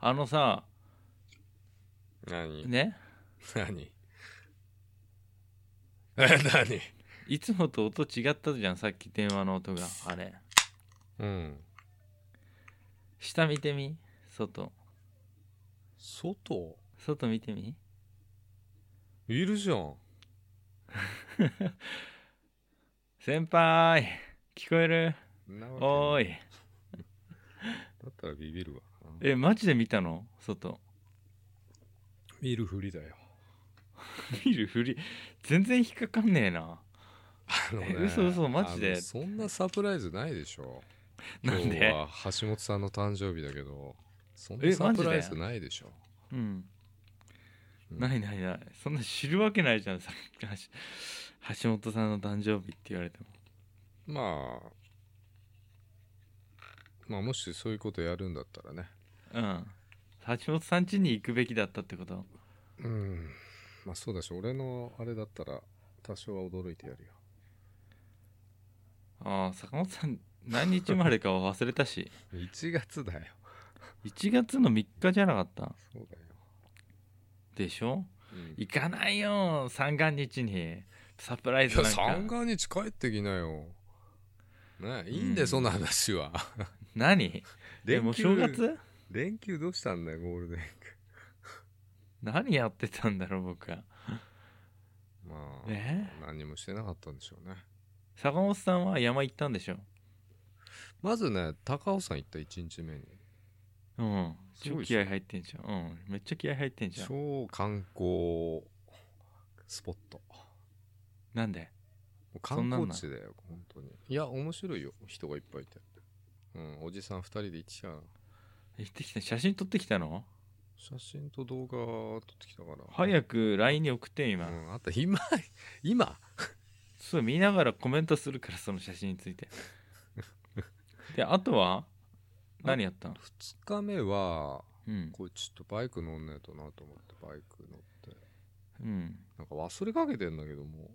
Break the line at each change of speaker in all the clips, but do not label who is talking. あのさ
何
ね
何 え何
いつもと音違ったじゃんさっき電話の音があれ
うん
下見てみ外
外
外見てみ
いるじゃん
先輩聞こえる
な
お
い
ーい
だったらビビるわ
えマジで見たの外
見るふりだよ
見るふり全然引っかかんねえな
あのね
え嘘嘘マジで
あのそんなサプライズないでしょ
なん
今日
で
は橋本さんの誕生日だけどそん
え
なサ
マジ
プ
で
ライズないでしょ
うん
うん
ないないないそんな知るわけないじゃんさっき橋橋本さんの誕生日って言われても
まあまあもしそういうことやるんだったらね
うん橋本さん家に行くべきだったってこと
うんまあそうだし俺のあれだったら多少は驚いてやるよ
ああ坂本さん何日生まれかは忘れたし
1月だよ
1月の3日じゃなかった
そうだよ、
でしょ
うんい
行かないよ三が日にサプライズ
や
なん
三
か
が日帰ってきなよねえいいんだ
う
よ
ん
そんな話 は
何えもう正月
連休どうしたんだよゴールデンウィー
何やってたんだろう僕は
クまあ、
ね
何もしてなかったんでしょうね
坂本さんは山行ったんでしょ
まずね高尾山行った1日目に
うん
す
超
ごいでしょ
気合入ってんじゃんうんめっちゃ気合入ってんじゃん
超観光スポット
なんで
もう
そん
観
なん
光地だよ本当にいや面白いよ人がいっぱいいてうんおじさん2人で行ってきたな
行ってきた写真撮ってきたの
写真と動画撮ってきたから
早く LINE に送って
う
今、
ん、あと今今
そう見ながらコメントするからその写真につい てであとは何やったの
2日目は
うん、
これちょっとバイク乗んねえとなと思ってバイク乗って
うん、
なんか忘れかけてんだけども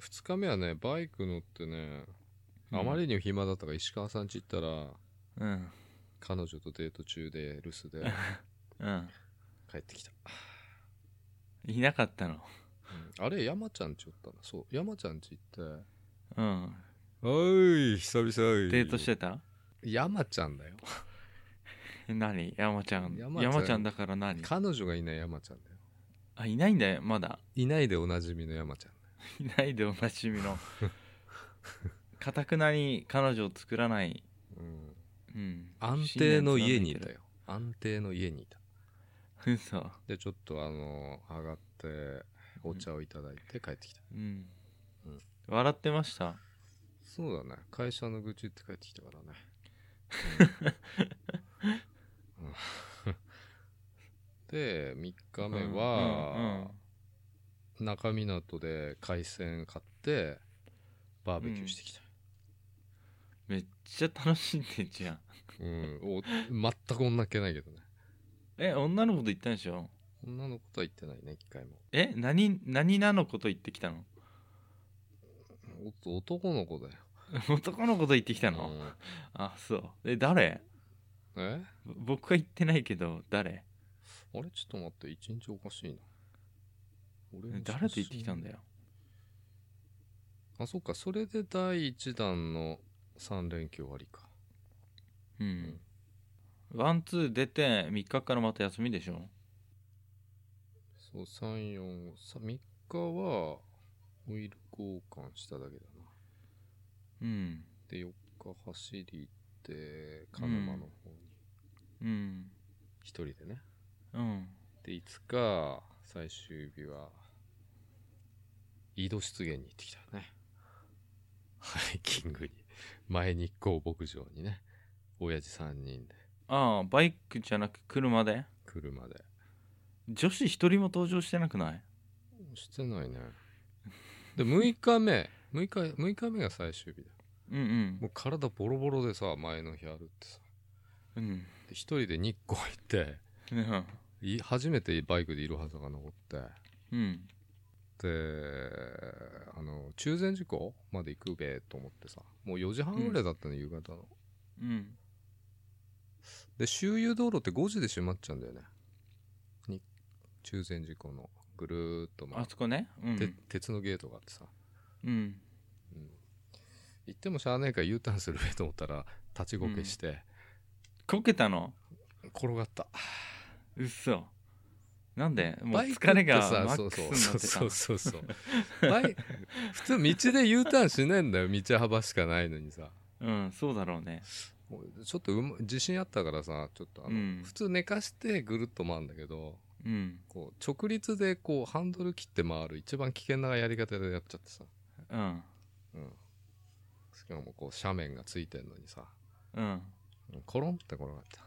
2日目はねバイク乗ってねあまりにも暇だったから石川さんち行ったら
うん
彼女とデート中で留守で
うん
帰ってきた、
いなかったの
うんあれ山ちゃんちおったなそう山ちゃんち行って
うん
おい久々
デートしてた
山ちゃんだよ
何山ちゃん
山
山ち
ち
ゃ
ゃ
ん
ん
だから何
彼女がいない山ちゃんだよ
あいないんだよまだ
いないでおなじみの山ちゃんだよ
いないでおなじみの かたくなに彼女を作らない、
うん
うん、
安定の家にいたよ安定の家にいた
うんそう
でちょっとあの上がってお茶をいただいて帰ってきた、
うん
うん
笑ってました
そうだね会社の愚痴って帰ってきたからねうんで3日目は中港で海鮮買ってバーベキューしてきた、
めっちゃ楽しんでんじゃん
うん、お 全く女っ気ないけどね
え女の子と言ったんでしょ
女のことは言ってないね一回も
え何何なのこと言ってきたの
お男の子だよ
男のこと言ってきたの、
うん
あそうえ誰
え
ぼ僕は言ってないけど誰
あれちょっと待って一日おかしいな俺の
誰と言ってきたんだよ
あそっかそれで第1弾の3連休終わりか
うんワンツー出て3日からまた休みでしょ
そう343日はオイル交換しただけだな
うん
で4日走り行って鹿沼の方に
うん
一人でね
うん
で5日最終日は井戸湿原に行ってきたねハイキングに前日光牧場にね親父3人で
ああバイクじゃなく車で
車で
女子一人も登場してなくない
してないねで6日目6日6日目が最終日だ
うんうん
もう体ボロボロでさ前の日歩ってさ
うん
で一人で日光行って
うん
い初めてバイクでいろは坂登って
うん
であの中禅寺湖まで行くべと思ってさもう4時半ぐらいだったの、夕方の
うん
で周遊道路って5時で閉まっちゃうんだよねに中禅寺湖のぐるーっと回っ
あそこねう
て、
ん、
鉄のゲートがあってさ、
うん、
うん、行ってもしゃあねえから U ターンするべと思ったら立ちこけして、
こけたの
転がった
うっそなんでもう
バイクって
疲れが
さ
マッ
そう
クスに
そう
なってた
そうそうそうそうバイ普通道で U ターンしないんだよ道幅しかないのにさ
うんそうだろうね
もうちょっとうま自信あったからさちょっとあの、
うん
普通寝かしてぐるっと回るんだけど
うん
こう直立でこうハンドル切って回る一番危険なやり方でやっちゃってさ、
うん
うん、しかもこう斜面がついてんのにさ
うん
うんコロンって転がった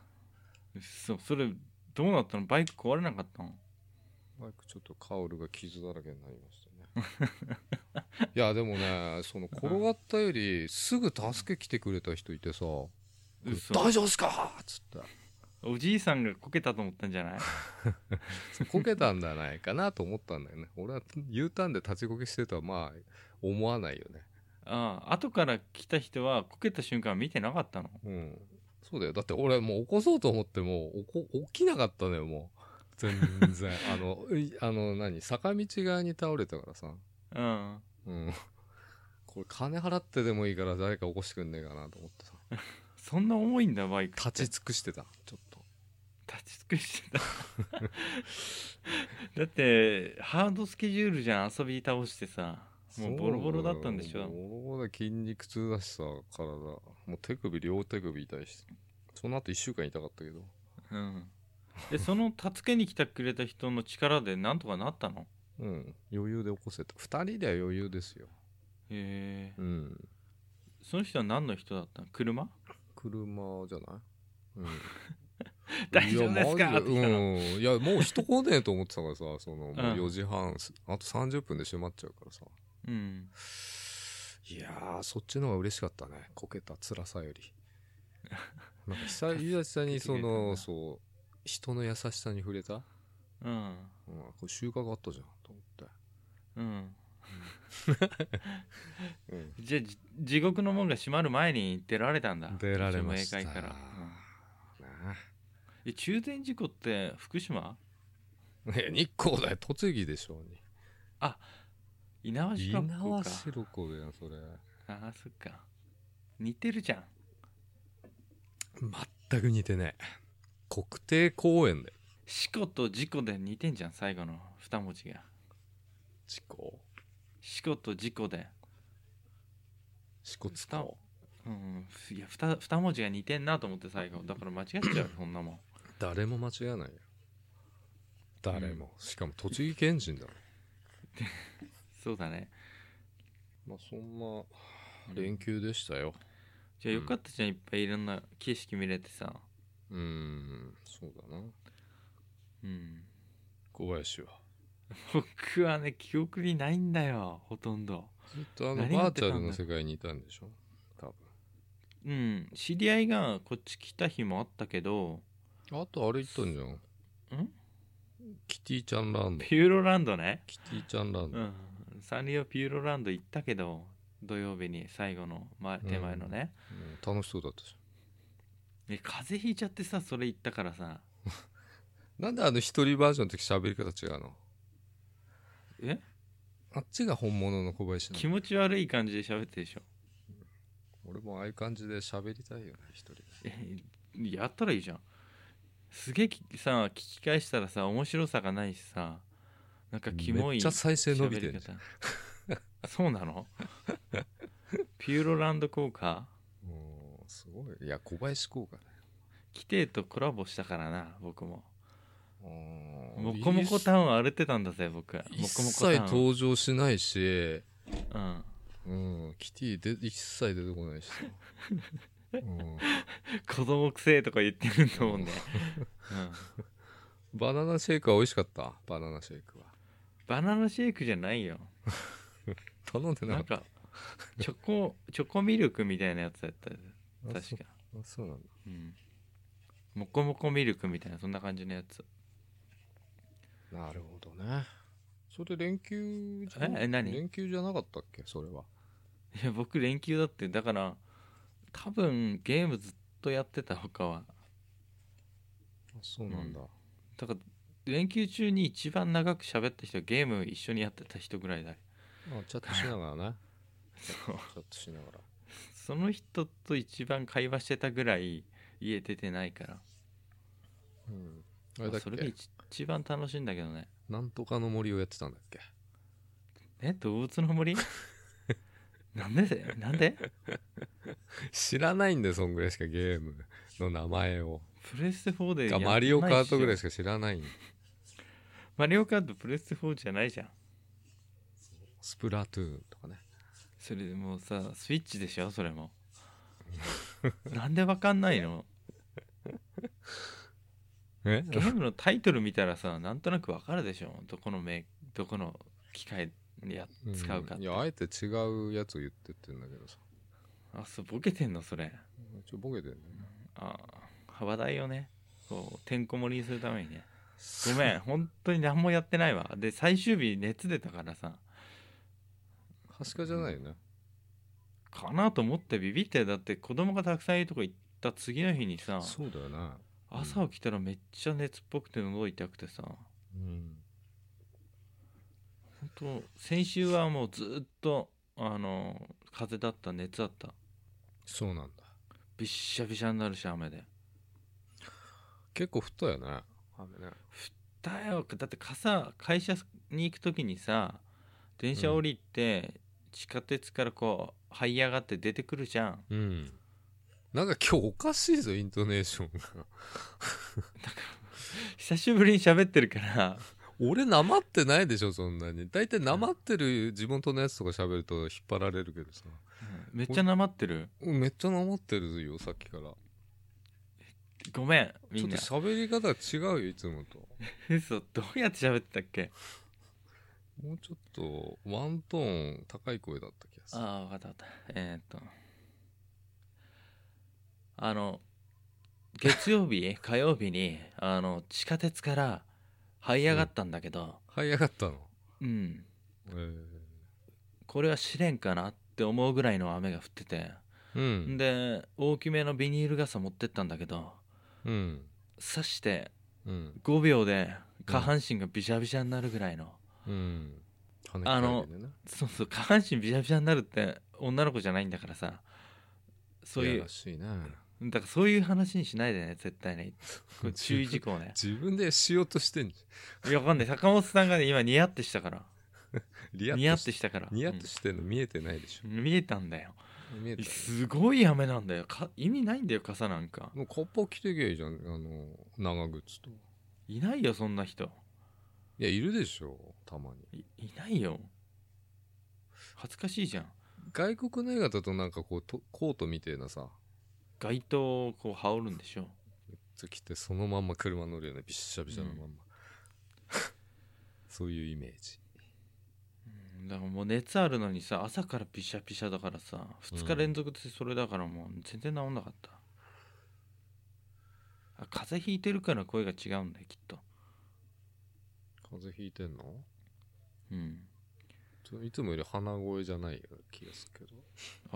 うっそそれどうなったのバイク壊れなかったの
バイクちょっとカウルが傷だらけになりましたね いやでもねその転がったよりすぐ助け来てくれた人いてさ「
うっそ
大丈夫っすか?」っつって
おじいさんがこけたと思ったんじ ゃない
こけたんじゃないかなと思ったんだよね。俺は U ターンで立ちこけしてとはまあ思わないよね。
ああ後から来た人はこけた瞬間見てなかったの
うん。そうだよ。だって俺もう起こそうと思ってもう起こ起きなかったのよ、もう。全然。あの、いあの何、坂道側に倒れたからさ。
うん
うん。 これ金払ってでもいいから誰か起こしてくんねえかなと思っ てさ。
そんな重いんだバイクって
立ち尽くしてた、ちょっと。
立ち尽くしてた だってハードスケジュールじゃん遊び倒してさもうボロボロだったんでし
そうだ
ょ
よボロボロだ筋肉痛だしさ、体。もう手首、両手首痛いし。その後一週間痛かったけど。
うんでその助けに来てくれた人の力でなんとかなったの
うん、余裕で起こせと2人では余裕ですよ、
へえ
うん、
その人は何の人だったの車、
車じゃない、うん
大丈夫ですか
いやマ
って来
ジ
た
うん、いやもう人来ねえと思ってたからさそのもううん4時半、あと30分で閉まっちゃうからさ
うん
いやーそっちの方が嬉しかったねこけた辛さよりなんか 久々にその
助
そう人の優しさに触れた、うん、
うん
これ収穫あったじゃんと思って、
うん
うん、
じゃあじ地獄の門が閉まる前に出られたんだ
出られました
英会から、うん
なあ
え中禅寺湖って福島
え日光だよ栃木でしょうに
猪苗代湖
猪苗
か
代湖だよそれ
ああそっか似てるじゃん
全く似てない国定公園だよ
死故と事故で似てんじゃん最後の二文字が
四股
死故と事故で
四股つ
二うんいや二二文字が似てんなと思って最後だから間違っち ゃうそんなもん
誰も間違えないよ誰も、しかも栃木県人だろ
そうだね
まあそんな連休でしたよ
じゃあよかったじゃんいっぱいいろんな景色見れてさ
うーんそうだな
うん
小林は
僕はね記憶にないんだよほとんど
ずっとあの
何や
バー
って
チ
たんだ
ャルの世界にいたんでしょ多
うん知り合いがこっち来た日もあったけど
分あとあれ行ったんじゃん
ん
キティちゃんランド
ピューロランドね
キティちゃんランド、
うんサンリオピューロランド行ったけど土曜日に最後の前手前のね、
うん楽しそうだったし
で風邪ひいちゃってさそれ行ったからさ
なんであの一人バージョンの時喋り方違うの
え
あっちが本物の小林な
気
の
持ち悪い感じで喋ってるでしょ
俺もああいう感じで喋りたいよね一人で
えやったらいいじゃんすげえきさ聞き返したらさ面白さがないしさなんかキモ
め
い
っちゃ再生伸びて
喋
る
り方そうなの ピューロランド効果
もうすごいいや小林効果ね
キテとコラボしたからな僕も
も
モコモコタウン歩いてたんだぜ僕モ
一
コモコ
切
タウン
登場しないし、
うん
うん、キティで一切出てこないしさ、うん
子供くせえとか言ってると思うんで、うん、
バナナシェイクは美味しかったバナナシェイクは
バナナシェイクじゃないよ
頼んでな
な
か
ん
っ
か
た
チョコチョコミルクみたいなやつだったよ
あそ
確
う
か
あそうなんだ
うんもこもこミルクみたいなそんな感じのやつ
なるほどねそれ連休じゃ
ええ何
連休じゃなかったっけそれはい
や僕連休だってだから多分ゲームずっとやってた他は
そうなんだ、
だから連休中に一番長く喋った人はゲーム一緒にやってた人ぐらいだ
あチャットしながらね
そう
チャットしながら
その人と一番会話してたぐらい家出てないから
うんあれだ
まあ
っ
それが
け
一一番楽しいんだけどね
なんとかの森をやってたんだっけ
え動物の 森なんでだよなんで
知らないんだよそんぐらいしかゲームの名前を
プレステ4でや
あ
って
マリオカートぐら
ない
い
っし
しか知らないんだ
ょマリオカートプレステ4じゃないじゃん
スプラトゥーンとかね
それでもうさスイッチでしょそれ もなんでわかんないの
え
ゲームのタイトル見たらさなんとなくわかるでしょどこのメどこの機械や使うかっ
ん、い
て、
やあえて違うやつを言ってってんだけどさ
あそうボケてんのそれ
ちょボケてんね
あ幅台をねこうてんこ盛りにするためにねご めん本当に何もやってないわで最終日熱出たからさ
はしかじゃないよね
かなと思ってビビってだって子供がたくさんいるとこ行った次の日にさ
そうだよな
朝起きたらめっちゃ熱っぽくて喉痛くてさ
うん
本当先週はもうずっとあの風邪だった熱だった
そうなんだ
びっしゃびしゃになるし雨で
結構降ったよね雨ね
だよだって傘会社に行く時にさ電車降りて、地下鉄からこう這い上がって出てくるじゃん
うんなんか今日おかしいぞイントネーションが
久しぶりに喋ってるから
俺なまってないでしょそんなに大体なまってる地元のやつとか喋ると引っ張られるけどさ
めっちゃなまってる
うんめっちゃなまってるよさっきから
ごめんみ
ちょ
ん
っと
な
喋り方違うよいつもと
嘘どうやって喋ってたっけ
もうちょっとワントーン高い声だった気がする
ああ分かった分かったえーっとあの月曜日火曜日にあの地下鉄から這い上がったんだけど、
はい上がったの
うん、
えー
これは試練かなって思うぐらいの雨が降ってて、
うん
で大きめのビニール傘持ってったんだけど
うん
刺して
うん
5秒で下半身がびしゃびしゃになるぐらいの、
うん
あの
跳ね返りでね
そうそう下半身びしゃびしゃになるって女の子じゃないんだからさそうい
いや
う
らしいね
だからそういう話にしないでね絶対 ねこれ注意事項ね
自分でしようとしてんじ
いやわかんない坂本さんがね今ニヤってしたから
ゃんリア
ニヤ
ッ
っ
と
て
し
したから
ニヤッとしてんの見えてないでしょ
うん見えたんだよ
見えてない
すごい雨なんだよか意味ないんだよ傘なんか
もうカッパ着てけえじゃんあの長靴と
いないよそんな人
いやいるでしょたまに
いいないよ恥ずかしいじゃん
外国の映画だとなんかこうとコートみてえなさ
街灯をこう羽織るんでしょ
着てそのまんま車乗るよねびっしゃびしゃのまんま、 そういうイメージ
うんだからもう熱あるのにさ朝からピシャピシャだからさ2日連続でそれだからもう全然治んなかった、あ風邪ひいてるから声が違うんだよきっと
風邪ひいてんの
うん
ちょいつもより鼻声じゃないような気がするけど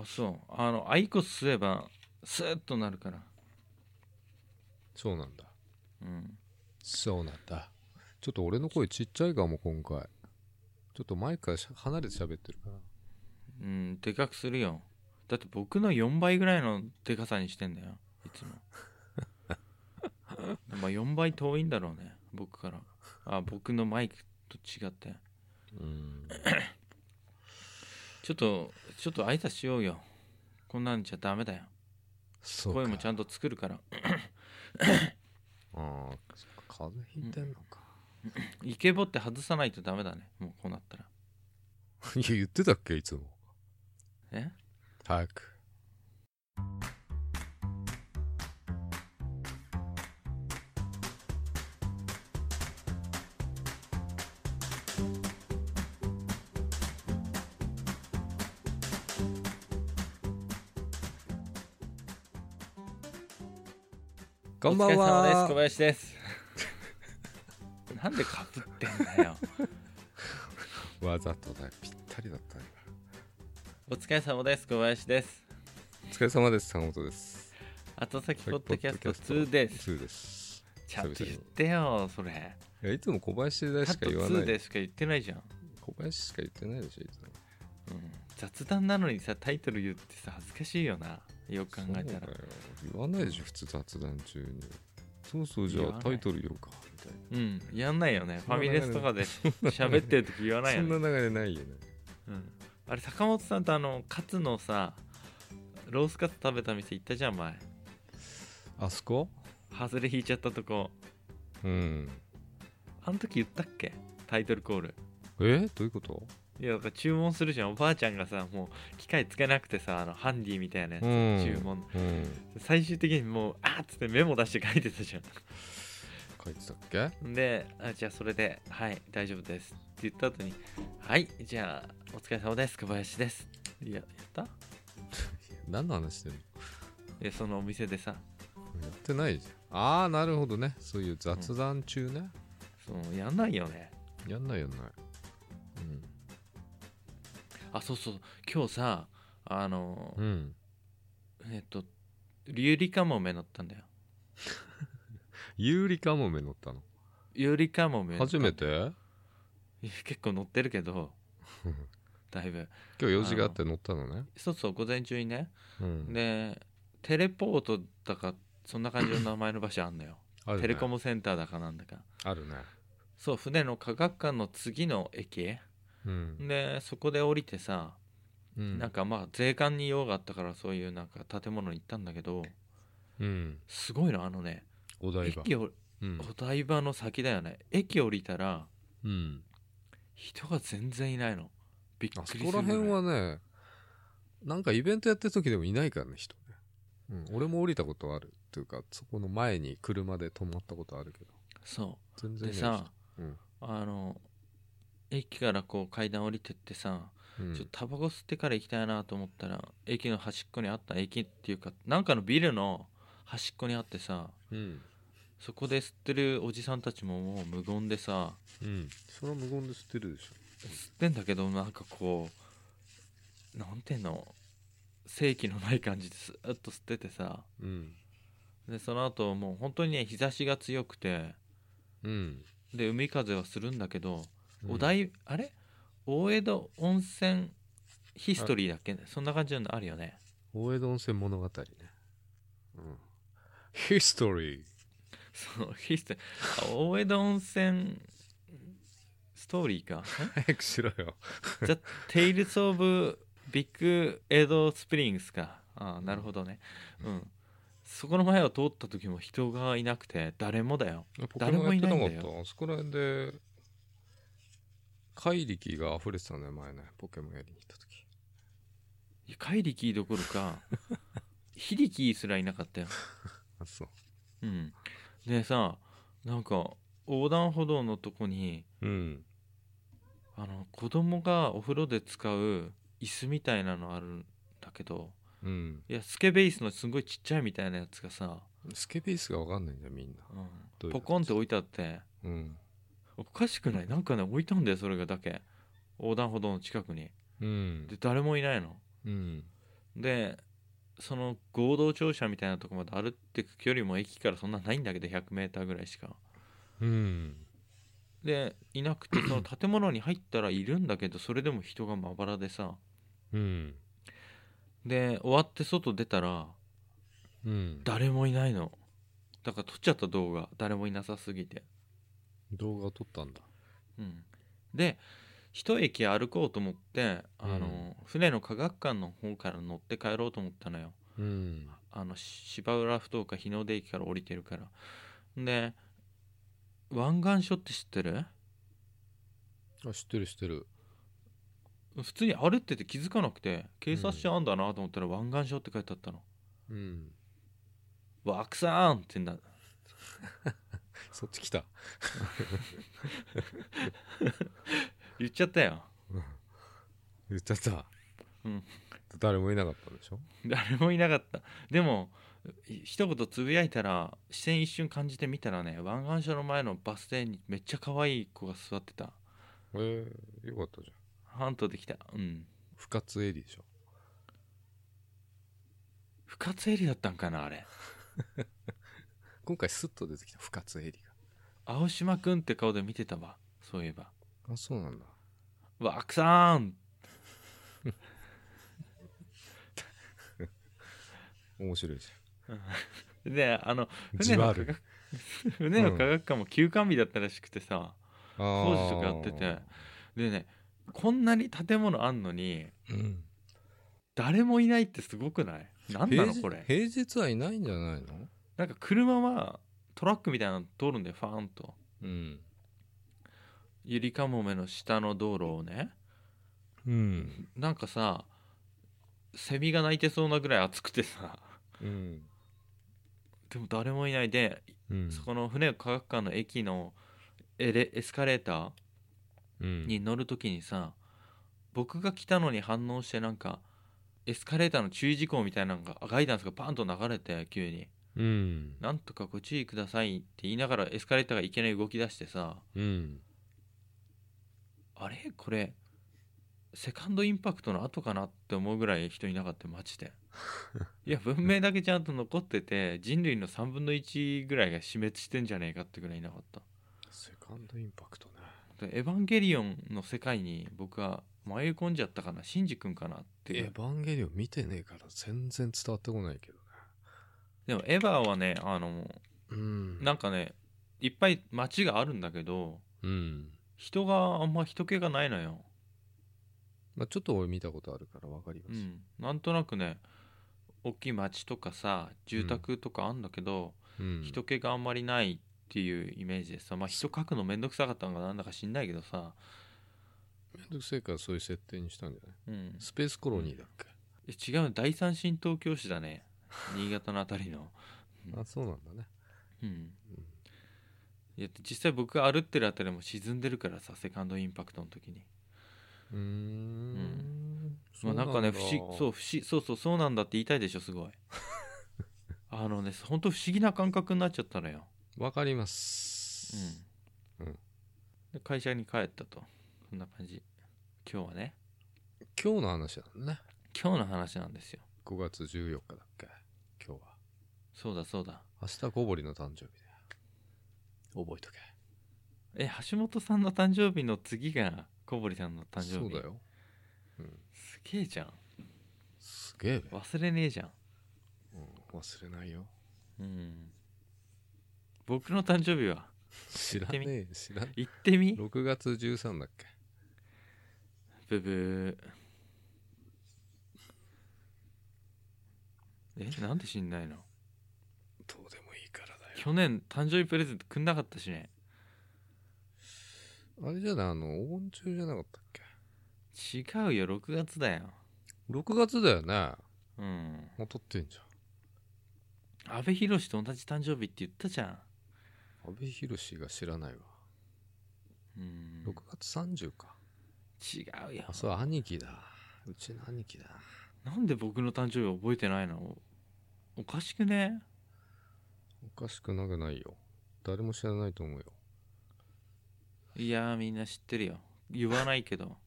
あそうあのアイコス吸えばスーッとなるから
そうなんだ
うん
そうなんだちょっと俺の声ちっちゃいかも今回ちょっと前からしゃ離れて喋ってるから
うんでかくするよだって僕の4倍ぐらいのでかさにしてんだよい つもまあ4倍遠いんだろうね僕からあ僕のマイクと違って
うん
ちょっとちょっと挨拶しようよこんなんじゃダメだよ
そうか
声もちゃんと作るから
ああそっか風邪ひいてんのか、
イケボって外さないとダメだねもうこうなったら
いや言ってたっけいつも
え
早くこんばん
お疲れ様です
は
小林です なんでかぶってんだよ
わざとだぴったりだったね
お疲れ様です小林です
お疲れ様です坂本です
後先ポッドキャスト2です
2です
ちゃんと言ってよそれ
いやいつも小林大
カ
し
ッ
か
ト
言わな
2で
い
しか言ってないじゃん、
小林しか言ってないでしょいつも
うん、雑談なのにさタイトル言ってさ恥ずかしいよなよく考えた
そうだ
ら
よ言わないでしょ普通雑談中にそうそうじゃ
言
あ
わな
タ
い
イトル言おうかみたいな
うんやんないよねフ
そ
ァ
んな流
ミ
れ
レスとかで喋ってる時言わない
そ
よ
ん
ね
な流れないよね
うん、あれ坂本さんとあのカツのさロースカツ食べた店行ったじゃん前
あそこ
ハズレ引いちゃったとこ
うん
あの時言ったっけタイトルコール
えどういうこと
いやだから注文するじゃんおばあちゃんがさもう機械つけなくてさあのハンディみたいなやつ、
うん
注文
うん
最終的にもうあーっつってメモ出して書いてたじゃ
書いてたっけ
んであじゃあそれで「はい大丈夫です」って言った後に「はいじゃあお疲れ様です小林です」いややったい
何の話してる
やそのお店でさ
のやってないじゃんああなるほどねそういう雑談中ね、
そのやんないよね
やんないやんない
あそうそう今日さあの
うん、うん、
えっとリュウリカモメ乗ったんだよ
有利かもめ乗ったの
ユーリカモメ乗った
初めて
い
今
や結構乗ってるけ どだいぶ
日用事があって乗ったのね
一つは午前中にね
うん
でテレポートだかそんな感じの名前の場所あんのよ
あるね
テレコムセンターだかなんだか
あるね
そう船の科学館の次の駅
うん、
でそこで降りてさ、
うん、
なんかまあ税関に用があったからそういうなんか建物に行ったんだけど
うん
すごいのあのね
お台場
駅を
うん
お台場の先だよね駅降りたら
うん
人が全然いないのびっ
あ
く
そ
りする
こら辺は
ね
ねなんかイベントやってる時でもいないからね人ね、うん、俺も降りたことあるっていうかそこの前に車で止まったことあるけど
そ
全
う
然い
で
ない
さ
人うん
あの駅からこう階段降りてってさ、
うん
ちょっとタバコ吸ってから行きたいなと思ったら駅の端っこにあった駅っていうかなんかのビルの端っこにあってさ
うん
そこで吸ってるおじさんたちももう無言でさ
うんそれは無言で吸ってるでしょ
吸ってんだけどなんかこうなんていうの正気のない感じでスーッと吸っててさ
うん
でその後もう本当にね日差しが強くて
うん
で海風はするんだけど、
うん
お台あれ大江戸温泉ヒストリーだっけそんな感じなのあるよね
大江戸温泉物語ねうんヒストリー
そうヒストリーあ大江戸温泉ストーリーか
早くしろよ
じゃ「テイルズ・オブ・ビッグ・エド・スプリングスか」ああなるほどねうんそこの前を通った時も人がいなくて誰もだよ
ポケ
誰
モ
も
ン
い
やっ
な
て
いん
な
だ
か
よ
ったあそこら辺で怪力が溢れてたね前ねポケモンやりに行った時
いや怪力どころか非力すらいなかったよ
あそう
うん、でさなんか横断歩道のとこに
うん
あの子供がお風呂で使う椅子みたいなのあるんだけど
うん
いやスケベ椅子のすごいちっちゃいみたいなやつがさ、
スケベースがわかんないんだよみんな
うん
どういう
ポコンって置いてあって
うん
おかしくないなんかね置いたんだよそれがだけ横断歩道の近くに
うん
で誰もいないの
うん
でその合同庁舎みたいなとこまで歩ってく距離も駅からそんなないんだけど 100m ぐらいしか
うん
でいな くてその建物に入ったらいるんだけどそれでも人がまばらでさ
うん
で終わって外出たら
うん
誰もいないのだから撮っちゃった動画誰もいなさすぎて
動画を撮ったんだ
うんで一駅歩こうと思ってあの、
うん
船の科学館の方から乗って帰ろうと思ったのよ
うん
あの芝浦ふ頭か日の出駅から降りてるからで湾岸署って知ってる
あ知ってる知ってる
普通に歩ってて気づかなくて警察署あんだなと思ったら湾岸署って書いてあったの
うん
わくさんってな
そっち来た
言っちゃったよ
言っちゃった
うん
誰もいなかったでしょ
誰もいなかったでもい一言つぶやいたら視線一瞬感じてみたらね湾岸署の前のバス停にめっちゃ可愛い子が座ってた
ええよかったじゃん
ハントできたうん
不活エリでしょ
不活エリだったんかなあれ
今回スッと出てきた深津絵里
青島くんって顔で見てたわそういえば
があそうなんだ
わくさん
面白いじ
であの
ゃん
船
じ
の
わ
科
る
学船の科学館も休館日だったらしくてさ、
工
工事とかやっててでねこんなに建物あんのに
うん、
誰もいないってすごくないなんな
平
の
日
これ
平日はいないんじゃないの
なんか車はトラックみたいなの通るんだよファーンと
うん
ゆりかもめの下の道路をね
うん
なんかさセミが鳴いてそうなぐらい暑くてさ
うん、
でも誰もいないで、
うん、
そこの船科学館の駅のエレエスカレーターに
に
乗る時にさ僕が来たのに反応してなんかエスカレーターの注意事項みたいなのがガイダンスがバンと流れて急に
うん
「なんとかご注意ください」って言いながらエスカレーターがいきなり動き出してさ
うん
あれこれセカンドインパクトの後かなって思うぐらい人いなかったマジ でいや文明だけちゃんと残ってて人類の3分の1ぐらいが死滅してんじゃねえかってぐらいいなかった
セカンドインパクトね
でエヴァンゲリオンの世界に僕は迷い込んじゃったかなシンジ君かなってい
エヴ
う
ァンゲリオン見てねえから全然伝わってこないけどね
でもエヴァはねあの
うん
なんかねいっぱい街があるんだけど
うん
人があんま人気がないのよ
まあ、ちょっと俺見たことあるからわかりま
う
す、
んなんとなくね大きい町とかさ住宅とかあんだけど、
うん
人気があんまりないっていうイメージでさまあ人描くのめんどくさかったのかなんだか知んないけどさ、
めんどくせえからそういう設定にしたんじゃない
うん、
スペースコロニーだっけ、
え違うの第三神東京市だね新潟のあたり の、うん
あそうなんだね、
うん、
うん
いや実際僕が歩ってるあたりも沈んでるからさセカンドインパクトの時に
うーん。
まあなんかね不
不
思
思。
議そうう不思そうそうそうなんだって言いたいでしょす ごいあのねほんと不思議な感覚になっちゃったのよ
わかります。
うん
うん
で会社に帰ったとそんな感じ今日はね
今日の話だね。
今日の話なんですよ
5月14日だっけ今日は。
そうだそうだ
明日小堀の誕生日だよ。覚えとけ。
え橋本さんの誕生日の次が小堀さんの誕生
そ
日
うだよ。うん。
すげえじゃん
すげえ、
忘れねえじゃん
うん。忘れないよ。
うん僕の誕生日は
知らねえ、知らん。
行ってみ
6月13だっけ
ブブーえなんで知んないの
どうでもいいからだよ。
去年誕生日プレゼントくんなかったしね
あれじゃない、あの、お盆中じゃなかったっけ
違うよ6月だよ
?6 月だよね。
うん
もう撮ってんじゃん。
阿部寛と同じ誕生日って言ったじゃ
阿部寛が知らないわ。
んうん
6月30か。
違うよ
あそう兄貴だうちの兄貴だ
なんで僕の誕生日覚えてないのおかしくね
おかしくなくないよ誰も知らないと思うよ
いやーみんな知ってるよ言わないけど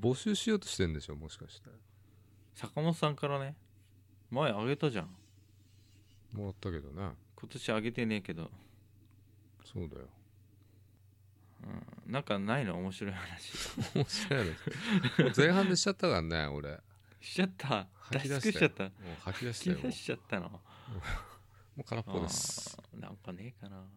募集しようとしてんでしょもしかして
坂本さんからね前あげたじゃん
もらったけどね
今年あげてねえけど、
そうだよ
うん、なんかないの面白い話
面白いねもう 前半でしちゃったからね俺も
しちゃった
吐
脱
き
出し
出し
たちゃ
よ
った引
う吐き出し
き
たよ
出しちゃったの
もう空っぽです
あーなんかねえかな